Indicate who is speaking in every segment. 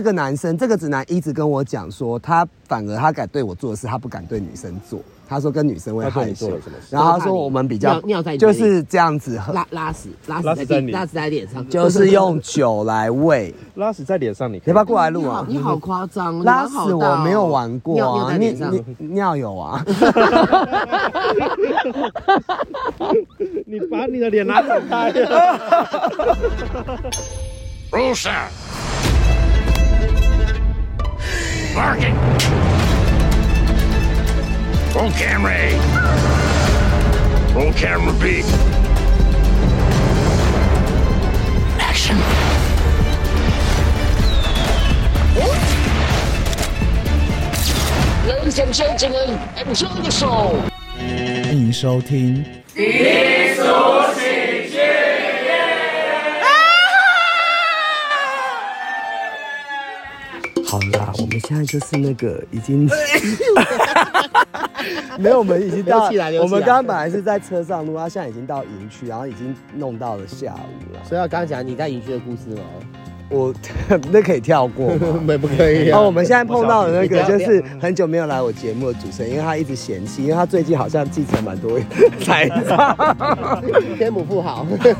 Speaker 1: 这个男生，这个直男一直跟我讲说，他反而他敢对我做的事，他不敢对女生做。他说跟女生会
Speaker 2: 他对
Speaker 1: 害
Speaker 2: 你
Speaker 1: 羞
Speaker 2: 做了什么事，
Speaker 1: 然后他
Speaker 3: 他
Speaker 1: 说
Speaker 3: 怕你
Speaker 1: 我们比较
Speaker 3: 尿尿在你
Speaker 1: 就
Speaker 3: 嘴里
Speaker 1: 是这样 子喝，
Speaker 3: 拉拉屎，拉
Speaker 2: 拉
Speaker 3: 屎
Speaker 2: 屎
Speaker 3: 在
Speaker 2: 在
Speaker 3: 地，
Speaker 2: 你
Speaker 3: 拉屎在脸上，
Speaker 1: 就是用酒来喂。
Speaker 2: 拉屎在脸上，你 可
Speaker 1: 你要
Speaker 2: 以
Speaker 1: 不要过来
Speaker 3: 你
Speaker 1: 录
Speaker 3: 好
Speaker 1: 啊？
Speaker 3: 你好夸张，
Speaker 1: 拉
Speaker 3: 你好
Speaker 1: 屎
Speaker 3: 大
Speaker 1: 我
Speaker 3: 哦
Speaker 1: 没有玩
Speaker 3: 尿
Speaker 1: 过
Speaker 3: 尿
Speaker 1: 啊，
Speaker 3: 在
Speaker 1: 你
Speaker 3: 脸上，
Speaker 1: 你尿有啊？
Speaker 2: 你把你的脸拉展开。
Speaker 4: Rusa. Barking. Roll camera A. Roll camera B. Action. Ladies and gentlemen, enjoy the show.
Speaker 5: 欢迎收听。
Speaker 1: 好啦，我们现在就是那个已 经，没有，我们已经到，
Speaker 3: 留起来留起来
Speaker 1: 我们刚刚本来是在车上录，他现在已经到营区，然后已经弄到了下午了。
Speaker 3: 所以我刚刚讲你在营区的故事哦，
Speaker 1: 我 那可以跳过吗？
Speaker 3: 没不可以啊
Speaker 1: 然哦后我们现在碰到的那个
Speaker 3: 我想
Speaker 1: 就
Speaker 3: 你
Speaker 1: 是很久没有来我节目的主持人，因为他一直嫌弃，因为他最近好像继承蛮多 财产。
Speaker 3: 天母 不好，
Speaker 2: 提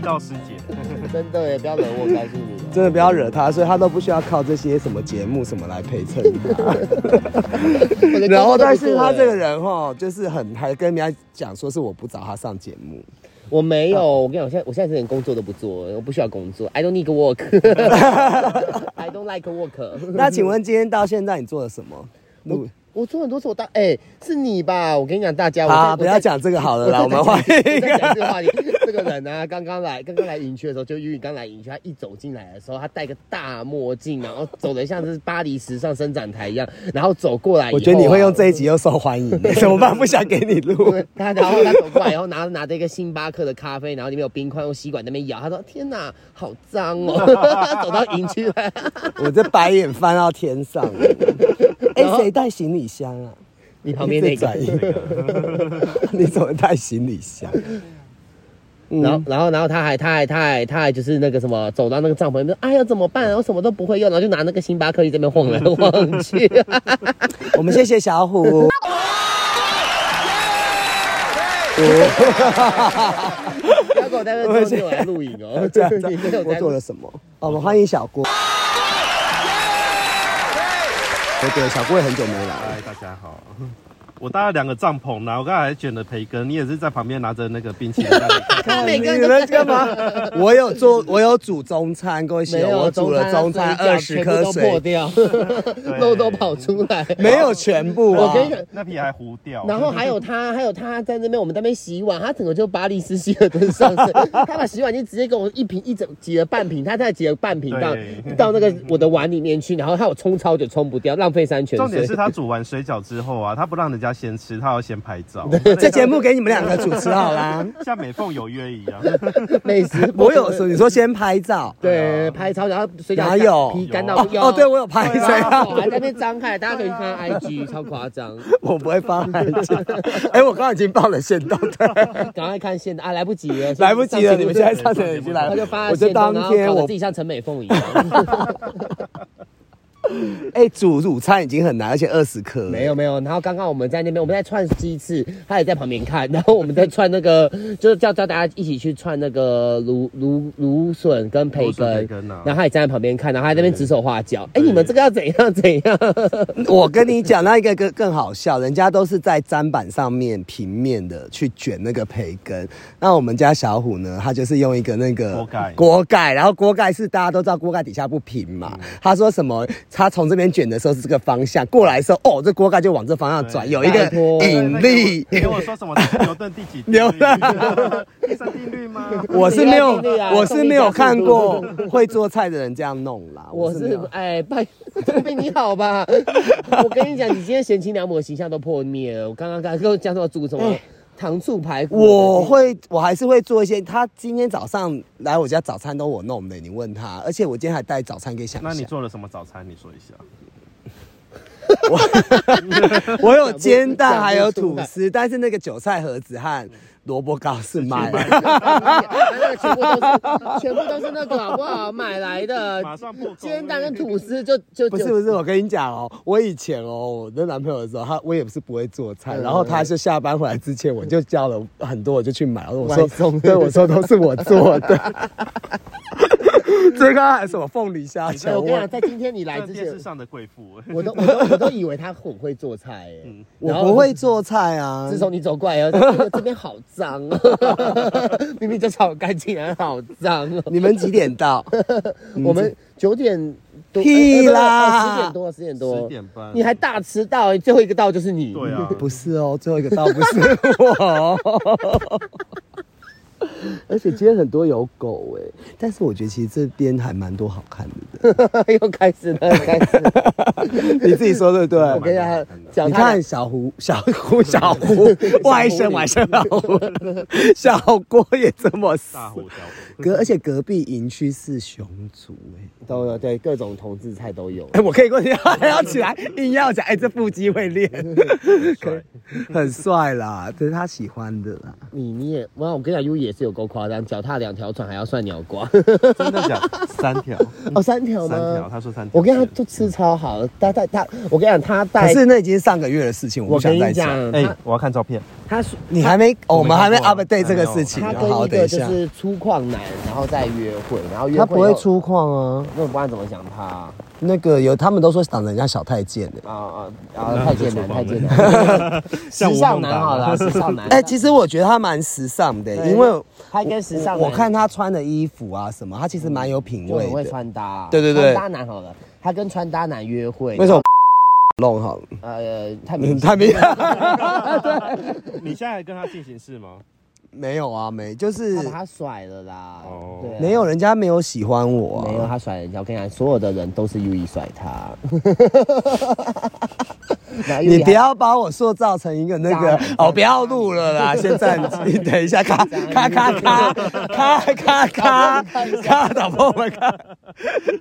Speaker 2: 到师姐，
Speaker 3: 真的耶，不要惹我，告诉 你
Speaker 1: 真的不要惹他，所以他都不需要靠这些什么节目什么来陪衬 他
Speaker 3: 的。
Speaker 1: 然后，
Speaker 3: 工作都不
Speaker 1: 但是
Speaker 3: 错
Speaker 1: 他
Speaker 3: 欸
Speaker 1: 这个人哈，就是很还跟人家讲说是我不找他上节目，
Speaker 3: 我没有，我跟你讲，我现在我现在连工作都不做，我不需要工作，I don't need work 。I don't like work。
Speaker 1: 那请问今天到现在你做了什么？录
Speaker 3: 我我做很多次，我当哎、是你吧？我跟你讲，大家，我
Speaker 1: 好
Speaker 3: 在
Speaker 1: 啊，不要，讲这个好了啦，我
Speaker 3: 我在
Speaker 1: 们啊换一
Speaker 3: 我在讲这个
Speaker 1: 个。
Speaker 3: 话题。这个人啊，刚刚来，刚刚来营区的时候，就因为刚来营区，他一走进来的时候，他戴个大墨镜，然后走的像是巴黎时尚伸展台一样，然后走过来以后
Speaker 1: 我
Speaker 3: 啊、
Speaker 1: 觉得你会用这一集又受欢迎， 怎么办？不想给你 录。
Speaker 3: 他然后他走过来，然后拿拿着一个星巴克的咖啡，然后里面有冰块，用吸管在那边咬。他说：“天哪，好脏 哦！”走到营区来，
Speaker 1: 我这白眼翻到天上 了。哎、谁带行李箱啊？
Speaker 3: 你旁边那
Speaker 1: 你最
Speaker 3: 个
Speaker 1: 拽，你怎么带行李箱？
Speaker 3: 然后然后然后他还他还他还他还就是那个什么，走到那个帐篷里面，哎呀怎么办？我什么都不会用，然后就拿那个星巴克一直在那边晃来晃去。
Speaker 1: 我们谢谢小虎。
Speaker 3: 不要给我在那边说你有来录影 哦，
Speaker 1: 这样
Speaker 3: 你
Speaker 1: 这
Speaker 3: 没有
Speaker 1: 样，我
Speaker 3: 在
Speaker 1: 做了什么？哦我们欢迎小郭。对对，小郭也很久没来了。
Speaker 2: 嗨，大家好。我搭了两个帐篷啦，我刚才还卷了培根，你也是在旁边拿着那个冰淇淋在那里看。
Speaker 3: 每个人
Speaker 1: 你
Speaker 3: 都
Speaker 1: 们干嘛？我有做，我有煮中餐，各位喜
Speaker 3: 没
Speaker 1: 友，
Speaker 3: 有
Speaker 1: 我煮了中餐
Speaker 3: 水饺
Speaker 1: 二十
Speaker 3: 全部
Speaker 1: 颗
Speaker 3: 都破
Speaker 1: 水，
Speaker 3: 掉， 肉都跑出来，
Speaker 1: 没有全部啊
Speaker 3: 我跟你讲。
Speaker 2: 那皮还糊掉。
Speaker 3: 然后还有他，还有他在那边，我们在那边洗碗，他整个就巴黎斯希尔顿上身，他把洗碗巾直接给我一瓶一整挤了半瓶，他再挤了半瓶到
Speaker 2: 对
Speaker 3: 到那个我的碗里面去，然后他有冲超久冲不掉，浪费山泉水。
Speaker 2: 重点是他煮完水饺之后啊，他不让人家先吃，他要先拍照。
Speaker 1: 这节目给你们两个主持好啦。
Speaker 2: 像美凤有约一样，
Speaker 3: 美食博
Speaker 1: 我有说，你说先拍照，
Speaker 3: 对拍超久，然后水
Speaker 1: 哪
Speaker 3: 饺
Speaker 1: 有
Speaker 3: 皮干到
Speaker 1: 哦
Speaker 3: 腰
Speaker 1: 哦，对我有 拍照，
Speaker 3: 还在那边张开，大家可以 看 IG，超夸张，
Speaker 1: 我不会放海景。哎，我刚刚已经报了线动的，
Speaker 3: 赶快看现在啊，来不及了，
Speaker 1: 来不及了，你们现在
Speaker 3: 上
Speaker 1: 上线已经来
Speaker 3: 他就
Speaker 1: 了
Speaker 3: 发。
Speaker 1: 我就
Speaker 3: 了现动，
Speaker 1: 当
Speaker 3: 然后
Speaker 1: 天
Speaker 3: 搞得
Speaker 1: 我
Speaker 3: 自己像陈美凤一样，
Speaker 1: 哎煮午餐已经很难，而且二十克了
Speaker 3: 没有没有。然后刚刚我们在那边，我们在串鸡翅，他也在旁边看， 然后我们在串那个，就是叫叫大家一起去串那个芦芦芦笋跟培
Speaker 2: 芦笋
Speaker 3: 根
Speaker 2: 培，根啊
Speaker 3: 然后他也站在旁边看，然后他还在那边指手画脚，哎，你们这个要怎样怎样？
Speaker 1: 我跟你讲，那一个更更好笑，人家都是在砧板上面平面的去卷那个培根，那我们家小虎呢，他就是用一个那个
Speaker 2: 锅盖
Speaker 1: 锅盖，然后锅盖是大家都知道锅盖底下不平嘛，他说什么，他从这边卷的时候是这个方向，过来的时候，哦，这锅盖就往这方向转，
Speaker 2: 对
Speaker 1: 有一个
Speaker 3: 拜托
Speaker 1: 引力。
Speaker 2: 给我说什么牛顿第几定律
Speaker 1: 牛顿？
Speaker 2: 第三定律吗？
Speaker 1: 我是没有
Speaker 3: 引力啊，
Speaker 1: 我是没有看
Speaker 3: 动
Speaker 1: 过
Speaker 3: 力
Speaker 1: 会做菜的人这样弄啦。
Speaker 3: 我
Speaker 1: 没
Speaker 3: 是
Speaker 1: 有
Speaker 3: 哎，拜 总比你好吧？我跟你讲，你今天贤妻良母的形象都破灭了。我刚刚刚跟我讲什么煮什么糖醋排骨，
Speaker 1: 我会，我还是会做一些。他今天早上来我家早餐都我弄的，你问他。而且我今天还带早餐给想
Speaker 2: 那你
Speaker 1: 想。
Speaker 2: 做了什么早餐？你说一下。
Speaker 1: 我有煎蛋，
Speaker 3: 想不
Speaker 1: 还有
Speaker 3: 出
Speaker 1: 吐
Speaker 3: 来
Speaker 1: 司，但是那个韭菜盒子和萝卜糕是买 的。
Speaker 3: 那哎个全部都是全部都是那个好不好？买来的，
Speaker 2: 马上破口
Speaker 3: 煎蛋跟吐司就就
Speaker 1: 不是不是，我跟你讲哦，我以前哦，我的男朋友的时候，他我也不是不会做菜，
Speaker 3: 嗯
Speaker 1: 然后他就下班回来之前，我就叫了很多，我就去买，然后 我
Speaker 3: 外
Speaker 1: 说，
Speaker 3: 送
Speaker 1: 对我说都是我做 的。最高还有什么凤梨虾
Speaker 3: 哎
Speaker 1: 球
Speaker 3: 我跟你
Speaker 1: 我
Speaker 3: 讲，在今天你来
Speaker 2: 像
Speaker 3: 之
Speaker 2: 电视
Speaker 3: 前，
Speaker 2: 上的贵妇，
Speaker 3: 我都我都我都以为他很会做菜哎、
Speaker 2: 嗯
Speaker 1: 我
Speaker 3: 然后
Speaker 1: 不会做菜啊
Speaker 3: 自。从你走过来以后，这个这边好脏哦， 明明就好干净，然后好脏 哦。
Speaker 1: 你们几点到？
Speaker 3: 我们九点
Speaker 1: 嗯
Speaker 3: 多，呃
Speaker 1: 屁
Speaker 3: 哦十
Speaker 1: 啦
Speaker 3: 点多，十点多，
Speaker 2: 十点半，
Speaker 3: 你还大迟到，最后一个到就是你。
Speaker 2: 对啊，
Speaker 1: 不是哦，最后一个到不是我。而且今天很多有狗哎、但是我觉得其实这边还蛮多好看 的，
Speaker 3: 又开始了，又开 始了。
Speaker 1: 你自己说对不对？
Speaker 3: 我跟你讲，讲
Speaker 1: 你
Speaker 3: 他
Speaker 1: 看小胡、小胡、小 胡，外甥、外甥老胡，小郭也这么
Speaker 2: 大
Speaker 1: 死。
Speaker 2: 火小火，
Speaker 1: 隔而且隔壁营区是熊族哎、
Speaker 3: 都有，对各种同志菜都有。
Speaker 1: 哎、我可以过去还要起来，硬要讲哎、这腹肌会 练，可以 很帅啦，这是他喜欢的啦。
Speaker 3: 你你也，哇，我跟你讲，U 也是有够夸张，脚踏两条船还要算鸟 瓜。
Speaker 2: 真的假？三条，
Speaker 3: 哦，三条吗？
Speaker 2: 三条，他说三条。
Speaker 3: 我跟他都吃超好的，他他他，我跟你讲，他
Speaker 1: 可
Speaker 3: 带，
Speaker 1: 是那已经是上个月的事情，我
Speaker 3: 我
Speaker 1: 不
Speaker 3: 跟
Speaker 1: 想再
Speaker 3: 你
Speaker 1: 讲。，
Speaker 3: 讲
Speaker 2: 哎
Speaker 3: 他，
Speaker 2: 我要看照片，
Speaker 3: 他说
Speaker 1: 你还没，哦我们还没
Speaker 2: 我没看过
Speaker 1: update 这个事情，
Speaker 3: 他跟
Speaker 1: 好，
Speaker 3: 一
Speaker 1: 等
Speaker 3: 个
Speaker 1: 一
Speaker 3: 就
Speaker 1: 下。
Speaker 3: 是粗犷男，然后再约会，然后约会哦
Speaker 1: 他不会
Speaker 3: 又，
Speaker 1: 出矿啊，
Speaker 3: 那我不管怎么讲他啊
Speaker 1: 那个有他们都说长得很像小太监的、
Speaker 3: 啊啊啊，太艰难，
Speaker 2: 那
Speaker 3: 太
Speaker 2: 很粗犷
Speaker 3: 艰难，
Speaker 2: 像
Speaker 3: 时
Speaker 2: 吴
Speaker 3: 尚
Speaker 2: 孟
Speaker 3: 男
Speaker 2: 达
Speaker 3: 好了，时尚男。
Speaker 1: 哎、其实我觉得他蛮时尚的、
Speaker 3: 对
Speaker 1: 因为
Speaker 3: 他跟时尚男
Speaker 1: 我，我看他穿的衣服啊什么，他其实蛮有品
Speaker 3: 就
Speaker 1: 味
Speaker 3: 很会
Speaker 1: 的。
Speaker 3: 穿搭，
Speaker 1: 对对对
Speaker 3: 穿搭男好了，他跟穿搭男约会，
Speaker 1: 为什么弄好了？
Speaker 3: 呃，太明
Speaker 1: 嗯，
Speaker 3: 显
Speaker 1: 他没有，
Speaker 2: 你现在还跟他进行式吗？
Speaker 1: 没有啊，没，就是
Speaker 3: 他把他甩了啦。
Speaker 2: 哦
Speaker 3: 对啊
Speaker 1: 没有人家没有喜欢我、
Speaker 3: 没有
Speaker 1: 啊。
Speaker 3: 他甩人家，我跟你讲，所有的人都是 U E 甩 他。
Speaker 2: 哎
Speaker 3: 然后 Yui
Speaker 1: 你不要把我塑造成一个那个
Speaker 3: 渣男
Speaker 1: 哦，不要录了啦，先暂 停，等一下，咔咔咔咔咔咔咔咔，打破我们看，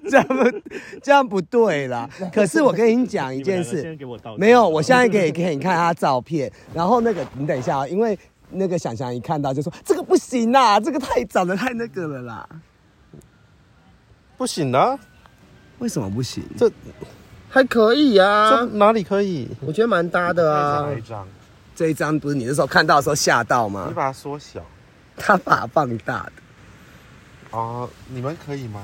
Speaker 1: 这样不这样不对啦。可是我跟你讲一件
Speaker 2: 你们两个
Speaker 1: 事
Speaker 2: 先，给我道歉
Speaker 1: 没有，我现在可以给你看他照片，然后那个你等一下啊、因为那个想想一看到就说这个不行啦，这个太长得太那个了啦。
Speaker 2: 不行啊，
Speaker 1: 为什么不行？
Speaker 2: 这
Speaker 3: 还可以
Speaker 2: 这
Speaker 3: 啊，
Speaker 2: 哪里可以？
Speaker 3: 我觉得蛮搭 的啊
Speaker 2: 再。一张，
Speaker 1: 这一张不是你那时候看到的时候吓到吗
Speaker 2: 你？把它缩小
Speaker 1: 他把它放大的。
Speaker 2: 啊，你们可以吗？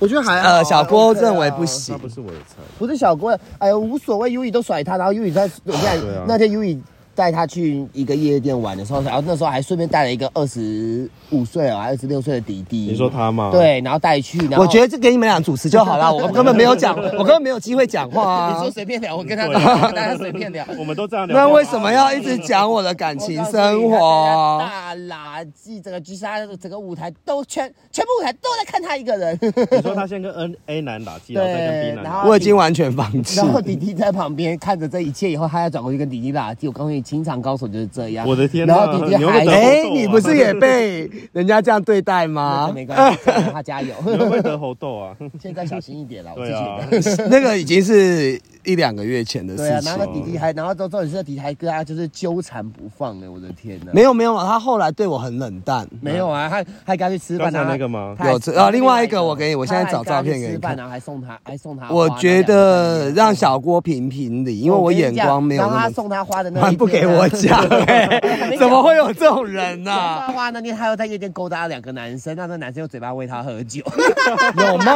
Speaker 3: 我觉得还好啊
Speaker 1: 呃，小郭
Speaker 3: OK 啊
Speaker 1: 认为不行
Speaker 2: 哦那。不是我的菜，
Speaker 3: 不是小郭，哎呀，无所谓，U E 都甩他，然后 U E 在，我看、
Speaker 2: 对啊
Speaker 3: 那天 U E 带他去一个夜店玩的时候，然后那时候还顺便带了一个二十五岁啊，二十六岁的弟弟。
Speaker 2: 你说他吗？，
Speaker 3: 对，然后带去，然后
Speaker 1: 我觉得这给你们俩主持就好 了，我根本没有讲，我根本没有机会讲话
Speaker 3: 你
Speaker 1: 啊
Speaker 3: 说。随便聊，我跟他
Speaker 2: 对啊
Speaker 3: 大家随便 聊。
Speaker 2: 我们都这样聊天。
Speaker 1: 那为什么要一直讲我的感情生
Speaker 3: 我告诉
Speaker 1: 活
Speaker 3: 你他现在大垃圾，整个狙杀整个舞台都全全部舞台都在看他一个 人，
Speaker 2: 你说他先跟 N A 男打气，然后再跟 B
Speaker 3: 对
Speaker 2: 男
Speaker 3: 然
Speaker 2: 打
Speaker 3: 后
Speaker 2: 气，
Speaker 1: 我已经完全放弃
Speaker 3: 然。后迪迪在旁边看着这一切以后，他要转过去跟迪迪垃圾。我告诉你，情场高手就是这样。
Speaker 2: 我的天哪
Speaker 3: 然后迪迪
Speaker 2: 你又
Speaker 3: 还
Speaker 2: 得
Speaker 1: 哎，你不是也被人家这样对待吗？
Speaker 3: 没关系，他加油。
Speaker 2: 你会不会得猴痘啊？
Speaker 3: 现在小心一点了，我自
Speaker 2: 对
Speaker 3: 己
Speaker 2: 啊
Speaker 3: 的。，
Speaker 1: 那个已经是一两个月前的
Speaker 3: 对啊
Speaker 1: 事，情
Speaker 3: 然后。弟弟还，然后重点是弟弟还跟他就是纠缠不放哎，我的天哪！
Speaker 1: 没有没有，他后来对我很冷淡。
Speaker 3: 没有啊，他他跟他去吃
Speaker 2: 刚
Speaker 3: 饭，
Speaker 2: 才
Speaker 3: 然后
Speaker 2: 那个吗
Speaker 3: 他还
Speaker 1: 有这啊另外一个我给你我现在找照片给你看
Speaker 3: 他还跟他去吃饭然后还送他，还送他花。
Speaker 1: 我觉得
Speaker 3: 然后
Speaker 1: 让小郭评评理，因为
Speaker 3: 两个人
Speaker 1: 我眼光没有
Speaker 3: 然后
Speaker 1: 那
Speaker 3: 他
Speaker 1: 么。
Speaker 3: 送他花的那一
Speaker 1: 还不给
Speaker 3: 天啊
Speaker 1: 我讲、 哎怎么会有这种人啊呢、
Speaker 3: 送 他花那天，他又在夜店勾搭了两个男生，让那男生用嘴巴喂他喝酒。
Speaker 1: 有吗？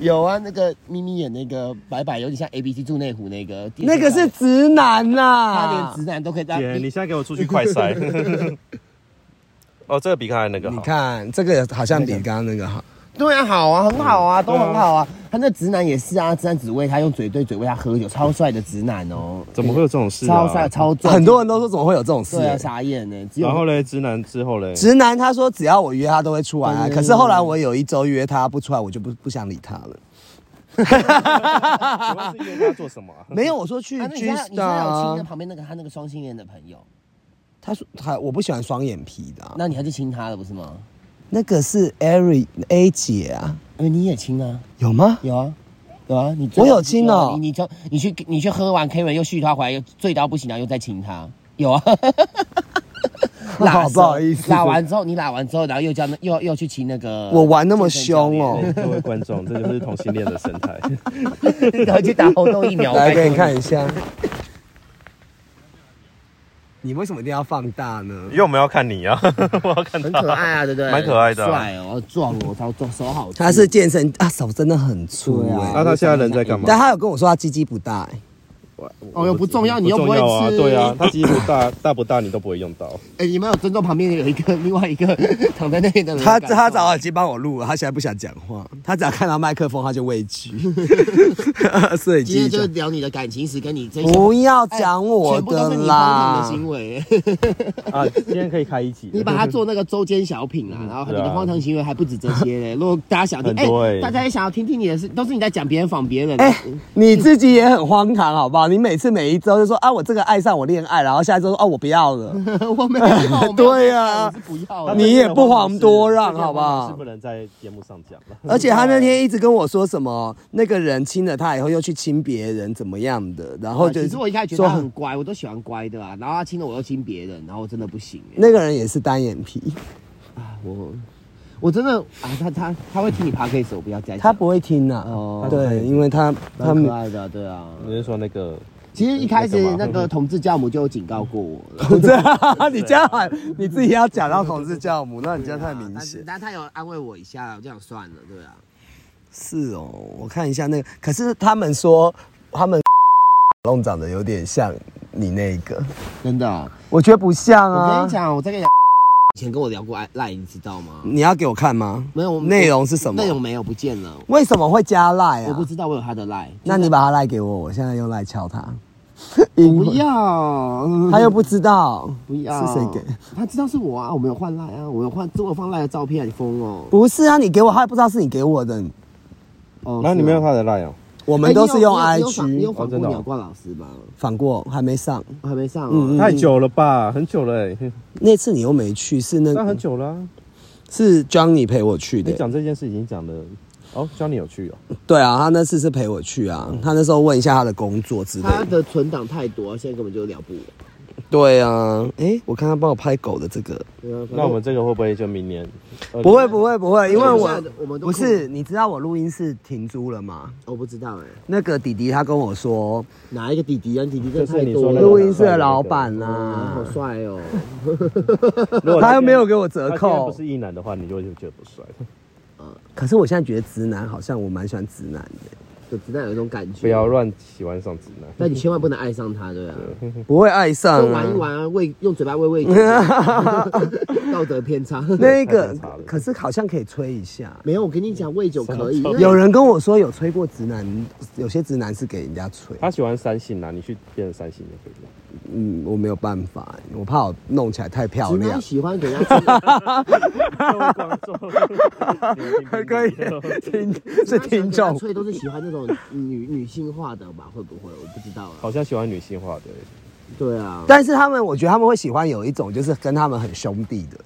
Speaker 3: 有啊，那个咪咪演那个白白，有点像 A B C 住内湖那个。
Speaker 1: 那个是直男
Speaker 3: 他
Speaker 1: 呐、
Speaker 3: 连直男都可以当。
Speaker 2: 姐，你现在给我出去快 塞！哦，这个比刚才那个好。
Speaker 1: 你看这个好像比刚刚那个好，
Speaker 3: 对啊，好啊，很好啊，都很好啊。他那直男也是啊，直男只喂他用嘴对嘴喂他喝酒，超帅的直男哦，
Speaker 2: 怎么会有这种事、啊？
Speaker 3: 超帅超壮，
Speaker 1: 很多人都说怎么会有这种事、欸
Speaker 3: 对啊，傻眼呢。只有啊
Speaker 2: 然后嘞，直男之后嘞，
Speaker 1: 直男他说只要我约他都会出来、啊，
Speaker 3: 对
Speaker 1: 可是后来我有一周约他不出来，我就不不想理他 了。
Speaker 2: 请问是约他做什么、啊？
Speaker 1: 没有，我说去
Speaker 3: 啊，那你
Speaker 1: G
Speaker 3: 现在你现在有亲
Speaker 1: Star，
Speaker 3: 那
Speaker 1: 啊
Speaker 3: 旁边那个他那个双性恋的朋友，
Speaker 1: 他说他我不喜欢双眼皮的啊、那
Speaker 3: 那你还是亲他了不是吗？
Speaker 1: 个是 Ari A 姐啊，
Speaker 3: 哎，你也亲啊，
Speaker 1: 有吗？
Speaker 3: 有啊。有啊，你最
Speaker 1: 我有亲哦
Speaker 3: 你你就 你去你去喝完 Karen 又续他回来，又醉到不行，然后又再亲他，有啊，拉
Speaker 1: 不好意思
Speaker 3: 拉完之后你拉完之后，然后又叫那又又去骑那个，
Speaker 1: 我玩那么凶哦，
Speaker 2: 各位观众，这就是同性恋的生 态。
Speaker 3: 然后去打猴痘疫苗。
Speaker 1: 来给你看一 下。你为什么一定要放大呢？
Speaker 2: 因为我们要看你啊， 我要看
Speaker 3: 很
Speaker 2: 他。
Speaker 3: 可爱啊，对不对？
Speaker 2: 蛮可爱的啊
Speaker 3: 帅哦，壮哦，超壮，手好粗。
Speaker 1: 他是健身啊，手真的很粗
Speaker 3: 对
Speaker 1: 哎、
Speaker 3: 啊
Speaker 2: 那他现在人在干嘛？
Speaker 1: 但他有跟我说他鸡鸡不大、欸，
Speaker 3: 哦，又不重要，你又不会
Speaker 2: 重要啊，
Speaker 3: 吃。
Speaker 2: 对啊，他肌肉大大不大你都不会用到。
Speaker 3: 哎，你们有尊重旁边有一个另外一个躺在那边的人的
Speaker 1: 他
Speaker 3: 感受吗。
Speaker 1: 他早已经帮我录了，他现在不想讲话，他只要看到麦克风他就畏惧， 所以
Speaker 3: 今
Speaker 1: 鸡
Speaker 3: 天
Speaker 1: 鸡
Speaker 3: 就
Speaker 1: 就
Speaker 3: 聊你的感情史，跟你这些
Speaker 1: 不要
Speaker 3: 哎
Speaker 1: 讲我
Speaker 3: 全部都
Speaker 1: 的
Speaker 3: 是你荒唐
Speaker 1: 啦
Speaker 3: 的。行为。
Speaker 2: 啊，今天可以开一集。
Speaker 3: 你把它做那个周间 小品啦，啊然后你的荒唐行为还不止这些
Speaker 1: 啊
Speaker 3: 嘞。如果大家想听，哎
Speaker 2: 很多欸
Speaker 3: 大家也想要听听你的事，都是你在讲别人仿别人。
Speaker 1: 哎、你自己也很荒唐，好不好？你每次每一周就说啊，我这个爱上我恋爱，然后下一周说哦，我不要 了。
Speaker 3: 我没有，我没有
Speaker 1: 对啊
Speaker 3: 我是不要了。
Speaker 1: 你也不遑多让好不好
Speaker 2: 是不能在节目上讲了。
Speaker 1: 而且他那天一直跟我说什么，那个人亲了他以后又去亲别人怎么样的，然哦后就
Speaker 3: 哦啊其实我一开始觉得他很
Speaker 1: 说
Speaker 3: 乖，我都喜欢乖的啊。然后他亲了我又亲别人，然后我真的不行哎、
Speaker 1: 那个人也是单眼皮，
Speaker 3: 我我真的啊，他他他会听你 p 可以 c 我不要再讲
Speaker 1: 他不会听呐、
Speaker 3: 哦
Speaker 1: 对，因为他他
Speaker 3: 蛮可
Speaker 1: 们
Speaker 3: 爱的啊，对啊。
Speaker 2: 你是说那个
Speaker 3: 其实一开
Speaker 2: 那个
Speaker 3: 始
Speaker 2: 嘛
Speaker 3: 那个同志教母就有警告过我了。
Speaker 1: 这啊你这样 你自己要讲到同志教母，那你这样太明
Speaker 3: 但是
Speaker 1: 显。
Speaker 3: 但他有安慰我一下，我就想算了，对啊。
Speaker 1: 是哦，我看一下那个，可是他们说他们 弄长得有点像你那个，
Speaker 3: 真的啊、
Speaker 1: 我觉得不像
Speaker 3: 我
Speaker 1: 啊
Speaker 3: 跟你。讲，我在跟你讲，以前跟我聊过赖赖，你知道吗？
Speaker 1: 你要给我看吗？
Speaker 3: 没有我
Speaker 1: 内容是什么
Speaker 3: 内？容没有不见了，
Speaker 1: 为什么会加赖
Speaker 3: 我不
Speaker 1: 啊？
Speaker 3: 知道我有他的赖。
Speaker 1: 那你把他赖给我，我现在用赖敲 他。
Speaker 3: 我
Speaker 1: 不
Speaker 3: 不要，
Speaker 1: 他又不知道，
Speaker 3: 不要
Speaker 1: 是谁给？？
Speaker 3: 他知道是我啊，我没有换赖啊，我有换，我有放赖的照片啊，你疯哦。
Speaker 1: 不是啊，你给我，他也不知道是你给我的。
Speaker 3: 哦
Speaker 2: 然后你没有他的 line 哦，
Speaker 1: 我们都是用
Speaker 3: 哎你有你
Speaker 1: IG
Speaker 3: 有你有访
Speaker 2: 哦
Speaker 3: 你有访
Speaker 2: 真的
Speaker 3: 过
Speaker 2: 哦
Speaker 3: 鸟冠老师吧？
Speaker 1: 访过，还没上。
Speaker 3: 我还没上
Speaker 1: 嗯
Speaker 3: 哦。
Speaker 2: 太久了吧，很久了哎，
Speaker 1: 那次你又没去，是那
Speaker 2: 那很
Speaker 1: 个
Speaker 2: 久了啊。
Speaker 1: 是 Johnny 陪我去
Speaker 2: 你
Speaker 1: 的。
Speaker 2: 讲这件事已经讲了，哦，教你有趣哦。
Speaker 1: 对啊，他那次是陪我去啊。
Speaker 2: 嗯
Speaker 1: 他那时候问一下他的工作之类
Speaker 3: 他
Speaker 1: 的。
Speaker 3: 的存档太多，现在根本就聊不完。
Speaker 1: 对啊，诶，我看他帮我拍狗的这个，
Speaker 3: 对啊反正
Speaker 2: 那我们这个会不会就明年？呃
Speaker 1: 不会不会不会，因为我
Speaker 3: 现在我们都
Speaker 1: 不是，你知道我录音室停租了吗？
Speaker 3: 我不知道哎，
Speaker 1: 那个弟弟他跟我说，
Speaker 3: 哪一个弟弟啊？弟弟真的
Speaker 2: 就是
Speaker 3: 太
Speaker 2: 你说
Speaker 3: 多
Speaker 2: 那
Speaker 3: 了。
Speaker 2: 个
Speaker 1: 录音室的老板
Speaker 3: 啊，
Speaker 1: 啊
Speaker 3: 好，帅哦！
Speaker 2: 如果今天，
Speaker 1: 他又没有给我折
Speaker 2: 他今天
Speaker 1: 扣
Speaker 2: 不是一男的话，你就会觉得不帅。
Speaker 1: 可是我现在觉得直男好像我蛮喜欢直男的，
Speaker 3: 就直男有一种感觉。
Speaker 2: 不要乱喜欢上直男。
Speaker 3: 但你千万不能爱上他，对啊，
Speaker 2: 嗯
Speaker 1: 不会爱上、
Speaker 3: 就
Speaker 1: 啊。
Speaker 3: 玩一玩啊，喂，用嘴巴喂喂狗，道德偏差。
Speaker 1: 那个
Speaker 2: 太差了
Speaker 1: 可是好像可以吹一下。
Speaker 3: 没有，我跟你讲，喂酒可以，因为
Speaker 1: 有人跟我说有吹过直男，有些直男是给人家吹。
Speaker 2: 他喜欢三性啊，你去变成三性就可以了。
Speaker 1: 嗯，我没有办法，我怕我弄起来太漂
Speaker 3: 直
Speaker 1: 亮
Speaker 3: 男。喜欢给人家吹，
Speaker 2: 各位观众，
Speaker 1: 可以听 是听
Speaker 3: 直男喜欢给人家
Speaker 1: 众，
Speaker 3: 吹都是喜欢那种女 女性化的吧？会不会？我不知道啊。
Speaker 2: 好像喜欢女性化的欸，
Speaker 3: 对啊，
Speaker 1: 但是他们我觉得他们会喜欢有一种就是跟他们很兄弟的。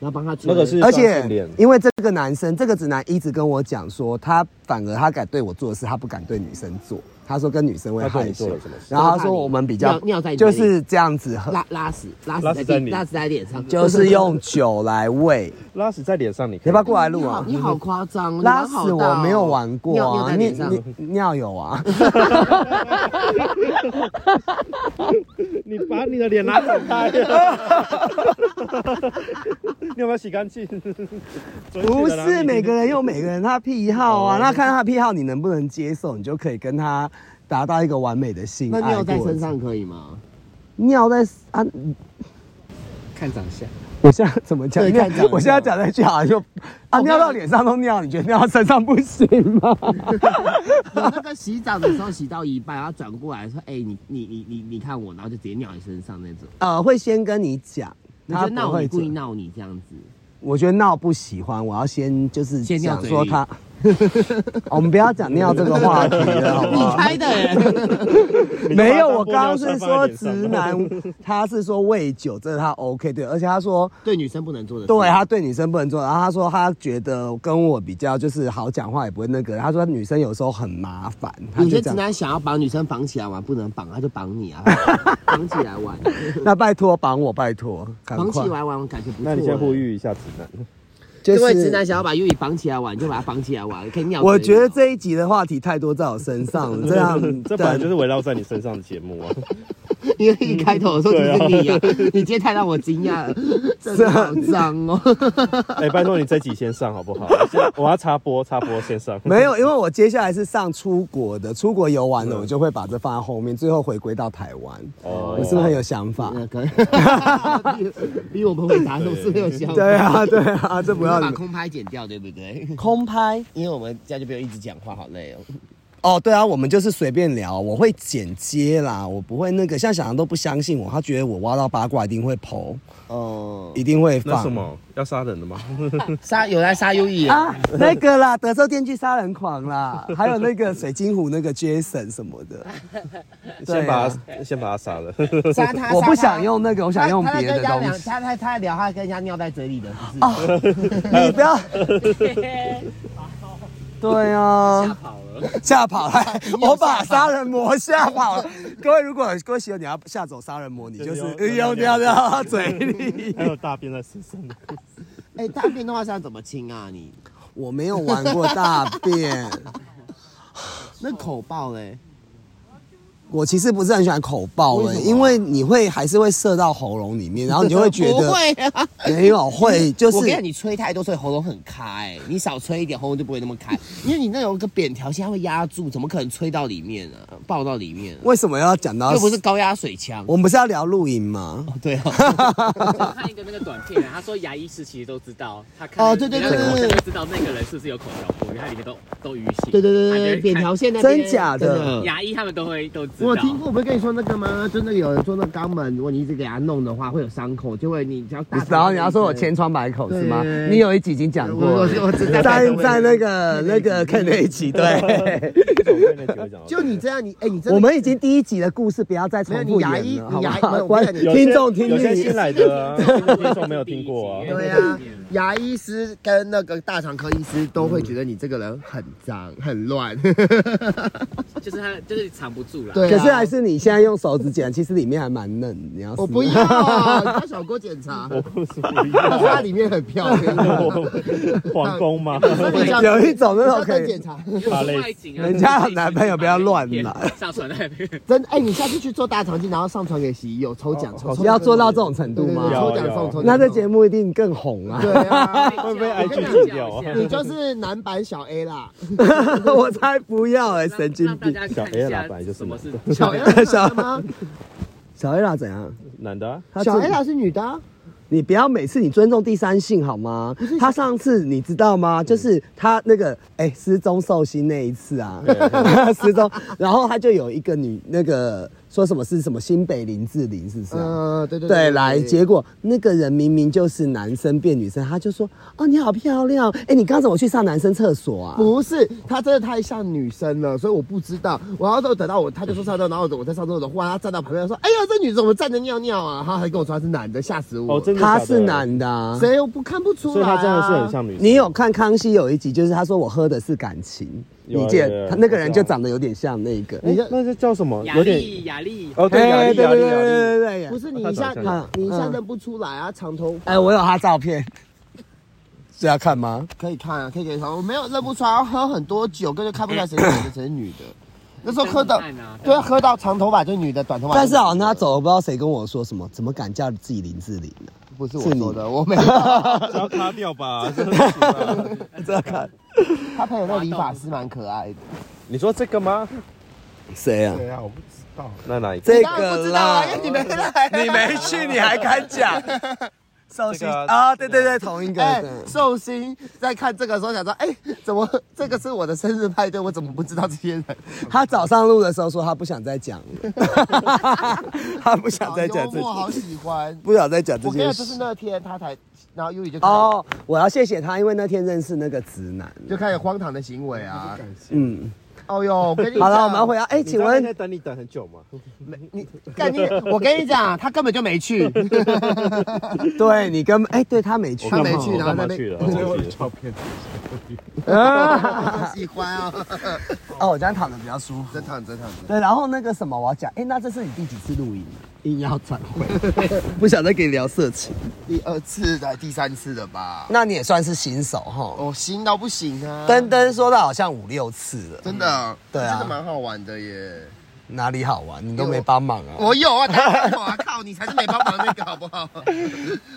Speaker 3: 然后帮他吹，
Speaker 2: 那个是
Speaker 1: 而
Speaker 2: 双性
Speaker 1: 且
Speaker 2: 恋
Speaker 1: 因为这个男生，这个直男一直跟我讲说，他反而他敢对我做的事，他不敢对女生做。他说跟女生会
Speaker 2: 他对你
Speaker 1: 害羞
Speaker 2: 做了什么事，
Speaker 1: 然后他说我们比较
Speaker 3: 尿尿在你
Speaker 1: 就
Speaker 3: 嘴里
Speaker 1: 是这样子喝，
Speaker 3: 拉拉屎，拉
Speaker 2: 拉
Speaker 3: 屎
Speaker 2: 屎
Speaker 3: 在
Speaker 2: 在
Speaker 3: 地，
Speaker 2: 你
Speaker 3: 拉屎在脸 上，
Speaker 1: 就是 用酒来喂。
Speaker 2: 拉屎在脸上，你可
Speaker 1: 你
Speaker 2: 以
Speaker 1: 要不要过来
Speaker 3: 你
Speaker 1: 录
Speaker 3: 好
Speaker 1: 啊？
Speaker 3: 你好夸张，
Speaker 1: 拉
Speaker 3: 你好
Speaker 1: 屎
Speaker 3: 大
Speaker 1: 我
Speaker 3: 哦
Speaker 1: 没有玩过
Speaker 3: 尿尿
Speaker 1: 啊，
Speaker 3: 在
Speaker 1: 你
Speaker 3: 脸上。
Speaker 1: 你尿有 啊？
Speaker 2: 你把你的脸拿展 开，啊 你有没有 洗干净？
Speaker 1: 不是每个人有每个人他癖好啊，那看他癖好你能不能接受，你就可以跟他达到一个完美的性
Speaker 3: 那
Speaker 1: 爱
Speaker 3: 尿在
Speaker 1: 过
Speaker 3: 身
Speaker 1: 程
Speaker 3: 上可以吗？
Speaker 1: 尿在啊，
Speaker 3: 看长相，
Speaker 1: 我现在怎么讲
Speaker 3: 对？
Speaker 1: 尿
Speaker 3: 看哦长相
Speaker 1: 我现在讲那句好像就啊，
Speaker 3: 我
Speaker 1: 尿到
Speaker 3: 看
Speaker 1: 脸上都尿，你觉得尿到身上不行 吗？
Speaker 3: 有那个洗澡的时候洗到一半，然后转过来说：“哎、你你你你你看我，然后就直接尿你身上那种。
Speaker 1: 呃，会先跟你讲，”
Speaker 3: 你
Speaker 1: 他
Speaker 3: 就
Speaker 1: 不
Speaker 3: 闹
Speaker 1: 会
Speaker 3: 你，故意
Speaker 1: 讲
Speaker 3: 闹你这样子，
Speaker 1: 我觉得闹不喜欢，我要先就是
Speaker 3: 先尿
Speaker 1: 想
Speaker 3: 嘴
Speaker 1: 说
Speaker 3: 里
Speaker 1: 他， 哦我们不要讲尿这个话题了，好不 好？
Speaker 6: 开的耶，
Speaker 1: 没有，我刚刚是说直男，他是说喂酒，这是他 OK 对，而且他说
Speaker 3: 对女生不能做的事，
Speaker 1: 对他啊对女生不能做，然后他说他觉得跟我比较就是好讲话，也不会那个。他说女生有时候很麻烦，他
Speaker 3: 有
Speaker 1: 就
Speaker 3: 些
Speaker 1: 这
Speaker 3: 直
Speaker 1: 样。
Speaker 3: 男想要把女生绑起来玩，不能绑，他就 绑你啊，绑起来玩，
Speaker 1: 那拜托绑我，拜托，赶
Speaker 3: 绑起
Speaker 1: 快！
Speaker 3: 来玩，我感觉不错。
Speaker 2: 那你先呼，吁一下直男，
Speaker 1: 就
Speaker 3: 各位直
Speaker 1: 是
Speaker 3: 男想要把玉宇绑起来玩，就把它绑起来玩，可以尿。
Speaker 1: 我觉得这一集的话题太多在我身上了，这样 嗯
Speaker 2: 这
Speaker 1: 啊
Speaker 2: 本来就是围绕在你身上的节目啊。
Speaker 3: 因为一开头的时候就是你啊，你今天太让我 惊讶了，真的好脏哦。
Speaker 2: 哎、拜托你这集先上好不好？我先我要插播，插播先上。
Speaker 1: 没有，因为我接下来是上出国的，出国游玩了，我就会把这放在后面，最后回归到台湾。
Speaker 2: 哦
Speaker 1: 你是不是很有想法？
Speaker 3: 那 个比比我们回答总是没有效果。
Speaker 1: 对啊，对啊，这
Speaker 3: 我
Speaker 1: 不
Speaker 3: 们
Speaker 1: 要
Speaker 3: 要把
Speaker 1: 你
Speaker 3: 空拍剪掉，对不对？
Speaker 1: 空拍。
Speaker 3: 因为我们这样就不用一直讲话，好累哦。
Speaker 1: 哦，对啊，我们就是随便聊，我会剪接啦，我不会那个。像小杨都不相信我，他觉得我挖到八卦一定会剖，
Speaker 3: 哦，
Speaker 1: 一定会
Speaker 2: 呃那
Speaker 1: 放
Speaker 2: 什么要杀人的吗？
Speaker 3: 杀有来杀优异啊，
Speaker 1: 啊，那个啦，德州电锯杀人狂 啦，还有那个水晶湖那个 Jason 什么的，对啊
Speaker 2: 先把他先把他杀了。
Speaker 3: 杀他。
Speaker 1: 啊我不
Speaker 3: 杀他
Speaker 1: 想用那个，我想用
Speaker 3: 他他在
Speaker 1: 别的
Speaker 3: 跟人家
Speaker 1: 东
Speaker 3: 聊
Speaker 1: 西。
Speaker 3: 他他他在聊他跟人家尿在嘴里的事情。
Speaker 1: 你不 要。对啊，吓跑 了，我把杀人魔吓跑了。 各位，如果有歌喜有你要吓走杀人魔，哦你就是
Speaker 2: 就是
Speaker 1: 用
Speaker 2: 用
Speaker 1: 掉到 他嘴里。
Speaker 2: 还有大便在身 上的，
Speaker 3: 哎，大便的话是要怎么清啊？你
Speaker 1: 我没有玩过大便，
Speaker 3: 那口爆嘞？
Speaker 1: 我其实不是很喜欢口爆的，因为你会还是会射到喉咙里面，然后你就会觉
Speaker 3: 不
Speaker 1: 得
Speaker 3: 会啊。
Speaker 1: 没有会就
Speaker 3: 我跟你
Speaker 1: 是
Speaker 3: 讲，你吹太多，所以喉咙很开。你少吹一点，喉咙就不会那么开。因为你那有一个扁条线，它会压住，怎么可能吹到里面呢、啊？爆到里面、啊，
Speaker 1: 为什么要讲到
Speaker 3: 又不是高压水枪。
Speaker 1: 我们不是要聊露营吗？
Speaker 3: 对哦，
Speaker 6: 我看一个那个短片啊，他说牙医师其实都知道，他看
Speaker 3: 哦对对对
Speaker 6: 人家
Speaker 3: 对对
Speaker 6: 就知道那个人是不是有口角过，因为他里面都都淤血。
Speaker 3: 对对对
Speaker 6: 他就
Speaker 3: 对对，
Speaker 6: 会看
Speaker 3: 扁条线那边
Speaker 1: 真假
Speaker 3: 真
Speaker 1: 的？
Speaker 3: 的
Speaker 6: 牙医他们都会都知道。
Speaker 3: 我有听过，我不是跟你说那个吗？真的有人做那肛门，如果你一直给他弄的话，会有伤口，就会你只要大。
Speaker 1: 然后 你要说我千疮百口是吗？
Speaker 3: 对
Speaker 1: 你有一集已经讲
Speaker 3: 我
Speaker 1: 过
Speaker 3: 我
Speaker 1: 了，
Speaker 3: 我只在
Speaker 1: 在在那个那个看那一集，对，
Speaker 3: 就你这样，你哎，你真的
Speaker 1: 我们已经第一集的故事不要再重复
Speaker 3: 没有你
Speaker 1: 演
Speaker 3: 牙医
Speaker 1: 了，好不
Speaker 3: 你牙医没
Speaker 1: 好？
Speaker 3: 有
Speaker 1: 观
Speaker 3: 我跟
Speaker 2: 有
Speaker 3: 你讲
Speaker 2: 些
Speaker 1: 听众听
Speaker 2: 有些
Speaker 1: 力
Speaker 2: 新。来的、 啊、听众没有听过啊。
Speaker 3: 对啊，牙医师跟那个大肠科医师都会觉得你这个人很脏很乱。
Speaker 6: 就是他就是藏不住啦。
Speaker 3: 对
Speaker 1: 可
Speaker 3: 啊，
Speaker 1: 是还是你现在用手指剪，其实里面还蛮嫩。你要试
Speaker 3: 我不要， 他小郭检查，他说它里面很漂亮。
Speaker 2: 皇宫吗？
Speaker 1: 有一种那种可
Speaker 3: 可以
Speaker 1: 以
Speaker 3: 检，查，
Speaker 2: 打
Speaker 6: 是
Speaker 2: 雷
Speaker 6: 外景啊。
Speaker 1: 人家有男朋友不要乱来，
Speaker 6: 上传那边。
Speaker 3: 真的哎，你下次去做大肠镜，然后上传给洗衣有抽奖，抽抽
Speaker 1: 要做到这种程度
Speaker 3: 对对对
Speaker 1: 吗？
Speaker 3: 抽奖送抽奖。
Speaker 1: 那这节目一定更红啊！
Speaker 3: 对啊，
Speaker 2: 会被 IG 禁掉啊？
Speaker 3: 你就是男版小 A 啦，
Speaker 1: 我才不要哎，神经病！
Speaker 6: 让
Speaker 2: 小
Speaker 6: 大家看一下
Speaker 2: A 啦本来就是
Speaker 6: 什么是
Speaker 3: 小 A 小吗？
Speaker 1: 小 A 啦怎样？
Speaker 2: 男的、啊，
Speaker 1: 他
Speaker 3: 小
Speaker 1: 自
Speaker 3: A 啦是女的啊，
Speaker 1: 你不要每次你尊重第三性好吗？他上次你知道吗？就是他那个哎、失踪寿星那一次啊，失踪，然后他就有一个女那个说什么是什么新北林志玲是不是、啊？
Speaker 3: 嗯，对对
Speaker 1: 对，来，结果那个人明明就是男生变女生，他就说：“哦，你好漂亮！哎，你刚怎么去上男生厕所啊
Speaker 3: 不是，她真的太像女生了，所以我不知道。我要等到我，她就说上厕所，然后我在上厕所，忽然她站到旁边说：“哎呀，这女的怎么站着尿尿啊？”她还跟我说她是男的，吓死我。
Speaker 2: 哦，真的
Speaker 1: 他是，男的、啊。
Speaker 3: 谁又不看不出
Speaker 2: 所以
Speaker 3: 来、啊？
Speaker 2: 他真的是很。像女生。
Speaker 1: 你有看《康熙》有一集，就是他说我喝的是感情，
Speaker 2: 有啊
Speaker 1: 你记
Speaker 2: 有啊
Speaker 1: 得
Speaker 2: 有啊
Speaker 1: 他那个人就
Speaker 2: 我知道
Speaker 1: 长得有点像那个。
Speaker 2: 哎？那是叫什么？
Speaker 6: 雅
Speaker 2: 有点
Speaker 6: 丽雅丽，
Speaker 2: 哦，对，雅
Speaker 1: 哎
Speaker 2: 丽，
Speaker 1: 对
Speaker 2: 雅
Speaker 1: 对对
Speaker 2: 丽，雅丽。
Speaker 1: 对对对
Speaker 3: 不是你一
Speaker 2: 她长
Speaker 3: 下
Speaker 2: 得
Speaker 1: 像女生
Speaker 3: 你一下认不出来啊，长头发
Speaker 1: 哎、我有他照片，是要看吗？
Speaker 3: 可以看啊，可以给她。我没有认不出来，要喝很多酒，根本就看不出来谁是男的，谁是女的。那时候喝到
Speaker 6: 看啊，
Speaker 3: 对啊，喝到长头发就是女的，短头发就
Speaker 1: 但
Speaker 3: 是
Speaker 1: 是好像他
Speaker 3: 男的
Speaker 1: 走了，不知道谁跟我说什么，怎么敢叫自己林志玲呢、
Speaker 3: 不是
Speaker 1: 是
Speaker 3: 我
Speaker 1: 你
Speaker 3: 说的，我没有。
Speaker 2: 这要擦掉吧，这不行吧
Speaker 1: 这要看
Speaker 3: 他朋友那理发师蛮可爱的。
Speaker 2: 你说这个吗？
Speaker 1: 谁啊？
Speaker 2: 啊，我不知道。那哪一个？
Speaker 1: 这
Speaker 3: 当然
Speaker 1: 个
Speaker 3: 不知道
Speaker 1: 啦
Speaker 3: 啊，，因为 你没来。
Speaker 1: 你没去，你还敢讲？寿
Speaker 2: 这
Speaker 1: 星
Speaker 2: 个啊
Speaker 1: 啊，对对对，同一个。
Speaker 3: 哎
Speaker 1: 对，
Speaker 3: 寿星在看这个的时候想说，哎，怎么这个是我的生日派对？我怎么不知道这 些人？
Speaker 1: 他早上录的时候说他不想再讲了，他不想
Speaker 3: 好
Speaker 1: 再讲
Speaker 3: 幽
Speaker 1: 这
Speaker 3: 默，好
Speaker 1: 些，
Speaker 3: 喜欢。
Speaker 1: 不想再讲这
Speaker 3: 我跟
Speaker 1: 些
Speaker 3: 你讲，就是
Speaker 1: 事。
Speaker 3: 那天他才然后 U 宇就开始
Speaker 1: 哦，我要谢谢他，因为那天认识那个直男。
Speaker 3: 就开始荒唐的行为啊。
Speaker 1: 嗯，
Speaker 3: 哦呦，我跟你
Speaker 1: 好了，
Speaker 3: 讲
Speaker 1: 我们要回答。哎、
Speaker 2: 你
Speaker 1: 请
Speaker 2: 知道那天
Speaker 1: 问
Speaker 2: 等你等很久吗？
Speaker 3: 你干你，我跟你讲，他根本就 没去，
Speaker 1: 对你跟哎、对他没去
Speaker 3: 他
Speaker 1: 吗，
Speaker 3: 没去，然后在那
Speaker 2: 去
Speaker 3: 边
Speaker 2: 了，我去了。
Speaker 1: 啊
Speaker 3: 喜欢啊，
Speaker 1: 哦，我这样躺着比较舒服
Speaker 3: 真。躺真躺真。
Speaker 1: 对，然后那个什么，我要讲，哎、那这是你第几次露营？ 硬要转回， 不想再跟你聊色情。
Speaker 3: 第二次来第三次了吧？
Speaker 1: 那你也算是新手哈。
Speaker 3: 哦，新到不行啊！
Speaker 1: 登登说的好像五六次了，
Speaker 3: 真的，
Speaker 1: 对啊
Speaker 3: 真的蛮好玩的耶。
Speaker 1: 哪里好玩？你都没帮忙啊。
Speaker 3: 我有啊，当然有啊， 靠，你才是没帮忙那个好不 好？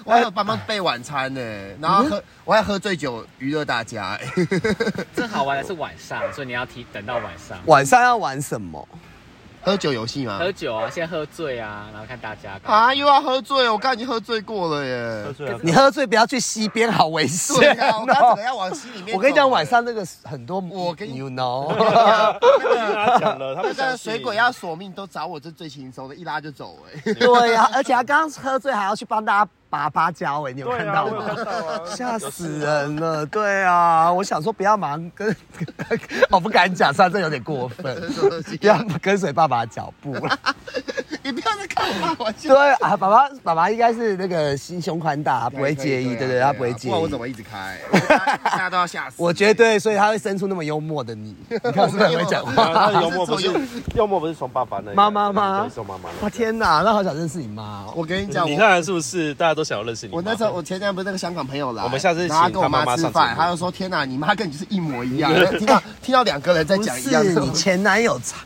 Speaker 3: 我还有帮忙备晚餐呢，然后喝，我还喝醉酒娱乐大家。
Speaker 6: 这好玩的是晚上，所以你要提等到晚上
Speaker 1: 晚上要玩什么？
Speaker 3: 喝酒游戏吗
Speaker 6: 喝？酒啊，先喝醉啊，然后看大家。
Speaker 3: 啊，又要喝醉，我刚刚已经喝醉过了耶。
Speaker 2: 啊
Speaker 1: 你喝醉不要去溪边，好危
Speaker 3: 啊对
Speaker 1: 险
Speaker 3: 啊，我刚刚整
Speaker 1: 哦
Speaker 3: 个。要往心里面。
Speaker 1: 我跟你讲，晚。上那个很多，
Speaker 3: 我跟你
Speaker 1: you know，
Speaker 2: 他讲了，他
Speaker 3: 那
Speaker 2: 们
Speaker 3: 个水果要索命都找我，这最轻松的，一拉就走哎。
Speaker 1: 对呀、而且他刚刚喝醉还要去帮大家拔芭蕉，哎，你有
Speaker 2: 对
Speaker 1: 看
Speaker 2: 啊，
Speaker 1: 到
Speaker 2: 我有看
Speaker 1: 吗？
Speaker 2: 到啊。
Speaker 1: 吓死人了，对啊，我想说不要忙跟， 我不敢讲，上次有点过分，不
Speaker 3: 啊
Speaker 1: 要跟随爸爸的脚 步了。
Speaker 3: 你不要再看我开玩笑。
Speaker 1: 对啊，爸爸爸爸应该是那个心胸宽大，他不会介意，对对，他不会介
Speaker 3: 啊不然我怎
Speaker 1: 意。
Speaker 3: 么一直开？大家都要吓死。
Speaker 1: 我觉得，所以他会生出那么幽默的你，你看是不是很会讲话？
Speaker 2: 他 的幽默不是幽默不是从爸爸那里来的，
Speaker 1: 妈妈吗
Speaker 2: 对从妈妈那里来的。
Speaker 1: 哇天哪，那好想认识你妈哦！
Speaker 3: 我跟你讲，
Speaker 7: 你
Speaker 3: 我
Speaker 7: 看是不是大家都想要认识你妈？
Speaker 3: 我那时候我前阵不是那个香港朋友来，
Speaker 7: 我们下次请
Speaker 3: 然后他跟我
Speaker 7: 他妈妈
Speaker 3: 吃
Speaker 7: 上
Speaker 3: 饭，
Speaker 7: 节目
Speaker 3: 他就说：“天哪，你妈跟你就是一模一样。”听到听到两个人在
Speaker 1: 不
Speaker 3: 讲一样
Speaker 1: 是
Speaker 3: 的
Speaker 1: 你前男友差。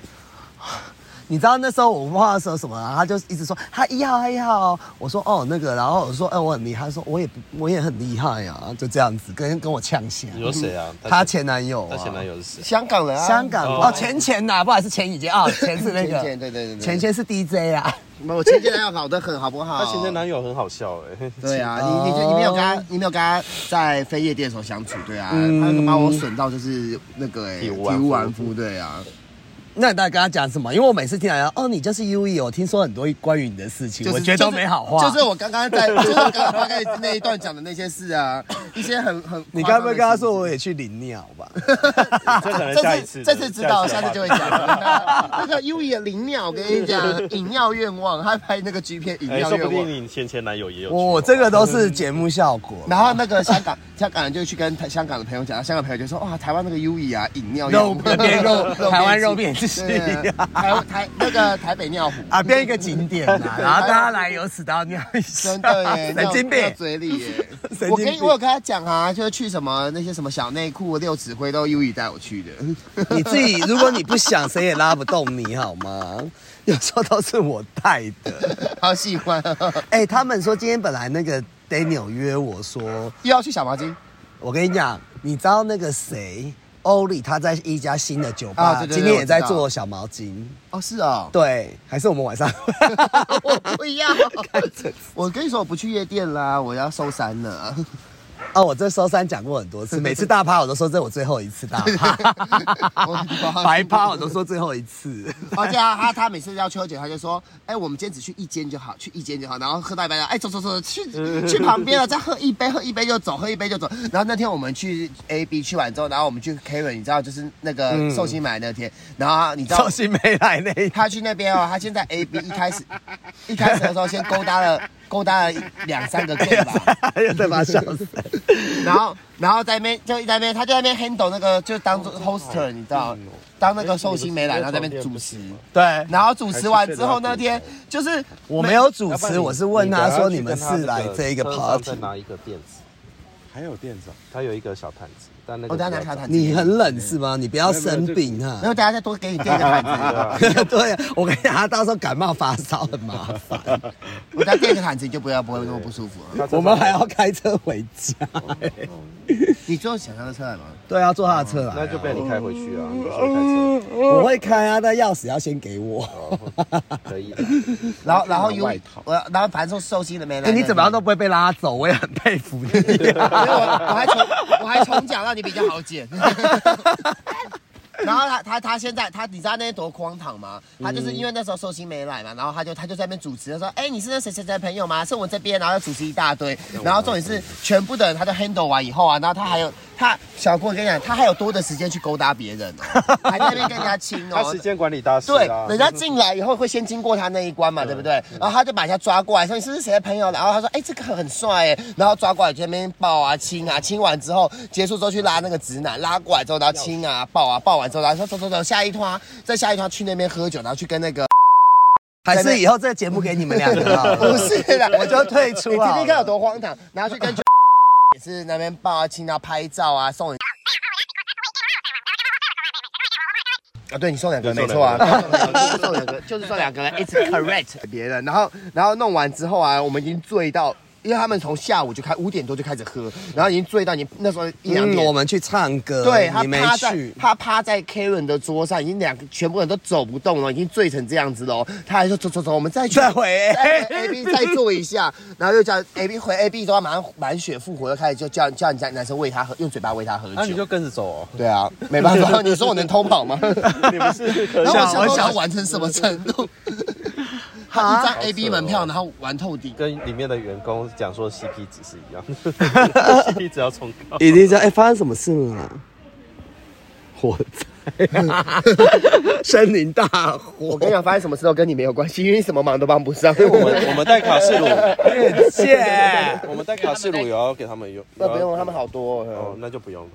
Speaker 1: 你知道那时候我问他的时候什么、啊，他就一直说他一号他一号哦，我说哦那个，然后我说哎、我很厉害，他说我也不我也很厉害呀、就这样子跟跟我呛下。
Speaker 7: 你说谁啊？
Speaker 1: 他前男友、啊，
Speaker 7: 他前男友是谁？
Speaker 3: 香港人啊，
Speaker 1: 香港哦前前呐、不好意思前几届啊、前是那
Speaker 3: 前
Speaker 1: 个
Speaker 3: 前对对对对
Speaker 1: 前前是 DJ 啊，
Speaker 3: 我前前男友好的很，好不好？
Speaker 7: 他前前男友很好笑哎，
Speaker 3: 啊对啊，你你你没有跟他，你没有跟他在飞夜店的时候相处，对啊，他把我损到就是那个哎
Speaker 7: 体
Speaker 3: 体
Speaker 7: 无完肤
Speaker 3: 无完肤，对啊，
Speaker 1: 那你到底跟他讲什么？因为我每次听到哦你就是 U E，我听说很多关于你的事情，
Speaker 3: 就是
Speaker 1: 我觉得都没好话。
Speaker 3: 就是就是我刚刚在，就是我刚刚大概那一段讲的那些事啊，一些很很，
Speaker 1: 你该不会跟他说我
Speaker 3: 也？
Speaker 1: 也去淋尿吧？
Speaker 7: 这可能下一次，
Speaker 3: 啊这次知道，下次就会讲。 那
Speaker 7: 哎，
Speaker 3: 个优野灵鸟，我跟你讲，饮料愿望，他拍那个 G 片饮料
Speaker 7: 哎说不
Speaker 3: 愿
Speaker 7: 定
Speaker 3: 望。
Speaker 7: 你前前男友也有去哦。
Speaker 1: 我、这个都是节目效果。
Speaker 3: 然后那个香港香港人就去跟台香港的朋友讲，啊香港朋友就说哇，台湾那个优野啊，饮料愿望
Speaker 1: 肉 变肉
Speaker 3: 变
Speaker 1: 台湾肉变是
Speaker 3: 对啊台台那个台北尿壶，
Speaker 1: 啊，变一个景点 啦，然后大家来由此到尿一下，
Speaker 3: 真的耶，
Speaker 1: 神经
Speaker 3: 尿
Speaker 1: 病
Speaker 3: 到。嘴里耶。
Speaker 1: 神经病
Speaker 3: 我跟我有跟他讲啊，就是去什么那些什么小内裤、六指挥都优野带我去的。
Speaker 1: 你自己，如果你不想，谁也拉不动你，好吗？ 有时候都是我带 的。
Speaker 3: 好喜欢啊，
Speaker 1: 哎、他们说今天本来那个 Daniel 约我说，
Speaker 3: 又要去小毛巾。
Speaker 1: 我跟你讲，你知道那个谁？欧里他在一家新的酒吧，
Speaker 3: 啊对对对
Speaker 1: 今天也在
Speaker 3: 我知道
Speaker 1: 做小毛巾，
Speaker 3: 哦，是哦，
Speaker 1: 对，还是我们晚 上
Speaker 3: 我不 要。我跟你说，我不去夜店啦，我要收山 了。
Speaker 1: 哦，我这收山讲过很多次，每次大趴我都说这我最后一次大趴， 白趴我都说最后一次。
Speaker 3: 哦，对啊，他他每次要秋姐，他就说，哎，我们今天只去一间就好，去一间就好。然后喝到一半就，哎，走走走，去去旁边了，再喝一杯，喝一杯就走，喝一杯就走。然后那天我们去呃 A B 去完之后，然后我们去 Karen，你知道，就是那个寿星买那天，然后你知道
Speaker 1: 赵。信没来那一
Speaker 3: 他去那边哦，他现在 A B 一开始，一开始的时候先勾搭了勾搭了两三个 gay 吧，
Speaker 1: 趴，又在把他笑死。
Speaker 3: 然后然后在那边就在那边，他就在那边 handle 那个，就当做
Speaker 1: 哦
Speaker 3: hoster，你知道，当那个寿星没来，然后在那边主持。
Speaker 1: 对，
Speaker 3: 然后主持完之后那天就是
Speaker 1: 我没有主
Speaker 2: 要不然
Speaker 1: 持，
Speaker 2: 你
Speaker 1: 我是问他说你
Speaker 2: 等
Speaker 1: 们
Speaker 2: 下
Speaker 1: 是
Speaker 2: 去跟他
Speaker 1: 来这一个
Speaker 2: 车上
Speaker 1: party
Speaker 2: 再。拿一个垫子，
Speaker 7: 还有店长，
Speaker 2: 他有一个小毯子，但那个
Speaker 3: 我哦等
Speaker 2: 不
Speaker 3: 下拿
Speaker 2: 要
Speaker 3: 卡
Speaker 2: 找
Speaker 3: 毯子，
Speaker 1: 你很冷是吗？你不要生病
Speaker 3: 然后
Speaker 1: 哈。
Speaker 3: 等下再多给你垫一个毯 子，
Speaker 1: 对啊，我跟你讲，他到时候感冒发烧很麻烦，
Speaker 3: 我再垫一个毯子你就不要不会那么不舒 服了。
Speaker 1: 我们还要开车回家。
Speaker 3: 你最后想象的车来吗？
Speaker 1: 对啊，坐他的车
Speaker 2: 那
Speaker 1: 来
Speaker 2: 就。被你开回去啊！你说
Speaker 3: 嗯
Speaker 2: 开
Speaker 1: 我会开啊，但钥匙要先给我。
Speaker 2: 车可 以的，
Speaker 3: 然后然后
Speaker 2: 拿
Speaker 3: 有
Speaker 2: 外套
Speaker 3: 我然后反正寿寿星的没 来，
Speaker 1: 哎，你怎么样都不会被拉走，我也很佩服 你。
Speaker 3: 没有我我还重我还重讲让你比较好剪。 然后他他他现在他你知道那天多荒唐吗？他就是因为那时候寿星没来嘛，然后他就他就在那边主持，他说：“哎、你是那谁谁谁的朋友吗？是我这边。”然后要主持一大堆，然后重点是全部的人他都 handle 完以后啊，然后他还有他小郭，我跟你讲，他还有多的时间去勾搭别人哦，还在那边跟人家亲哦，
Speaker 7: 他时间管理大师
Speaker 3: 对
Speaker 7: 啊，，
Speaker 3: 人家进来以后会先经过他那一关嘛，对不对？然后他就把人家抓过来，说你是不是谁的朋友？然后他说，哎，这个很帅哎，然后抓过来就在那边抱啊亲啊，亲完之后结束之后去拉那个直男，拉过来之后然后亲啊抱啊，抱完之后然后说走走走，下一团，再下一团去那边喝酒，然后去跟那个
Speaker 1: 还是以后这个节目给你们两 个好
Speaker 3: 不
Speaker 1: 了
Speaker 3: 是啦，
Speaker 1: 我就退出
Speaker 3: 你
Speaker 1: 好
Speaker 3: 听
Speaker 1: 了
Speaker 3: 听看有多荒唐，然后去跟 也是那边抱啊亲啊拍照啊送人。啊，对你送两个没
Speaker 7: 对送
Speaker 3: 错啊
Speaker 7: 两，
Speaker 3: 就是送两个，就是送两个，it's correct 别人，然后然后弄完之后啊，我们已经醉到，因为他们从下午就开五点多就开始喝，然后已经醉到你那时候一两
Speaker 1: 嗯，
Speaker 3: 点，
Speaker 1: 我们去唱歌，
Speaker 3: 对他
Speaker 1: 你没
Speaker 3: 趴在
Speaker 1: 去，
Speaker 3: 他趴在 Karen 的桌上，已经两个全部人都走不动了，已经醉成这样子了哦。他还说走走走，我们再去
Speaker 1: 再回
Speaker 3: A B 再坐一下，然后又叫 A B 回 A B 之后，他马上满血复活，又开始就叫叫你家男生喂他喝，用嘴巴喂他喝
Speaker 7: 那你
Speaker 3: 酒。
Speaker 7: 就跟着走哦。
Speaker 3: 对啊，没办法， 你说我能偷跑吗？
Speaker 7: 你不是可
Speaker 3: 然后我想
Speaker 1: 我
Speaker 3: 说
Speaker 1: 想
Speaker 3: 他完成什么程度？ 他一张 A B 门票，然后玩透底。
Speaker 7: 跟里面的员工讲说 CP 值是 一样，CP 值要冲高。
Speaker 1: 一定在哎，发生什么事了啊？火灾， 森林大
Speaker 3: 我
Speaker 1: 火，
Speaker 3: 跟你讲，发生什么事都跟你没有关系，因为什么忙都帮不上。
Speaker 7: 我们我们带卡式炉，
Speaker 1: 谢。
Speaker 7: 我们带卡式炉也要给他们用。
Speaker 3: 那不用，他们好多
Speaker 7: 哦
Speaker 3: 哦。，
Speaker 7: 那就不用了。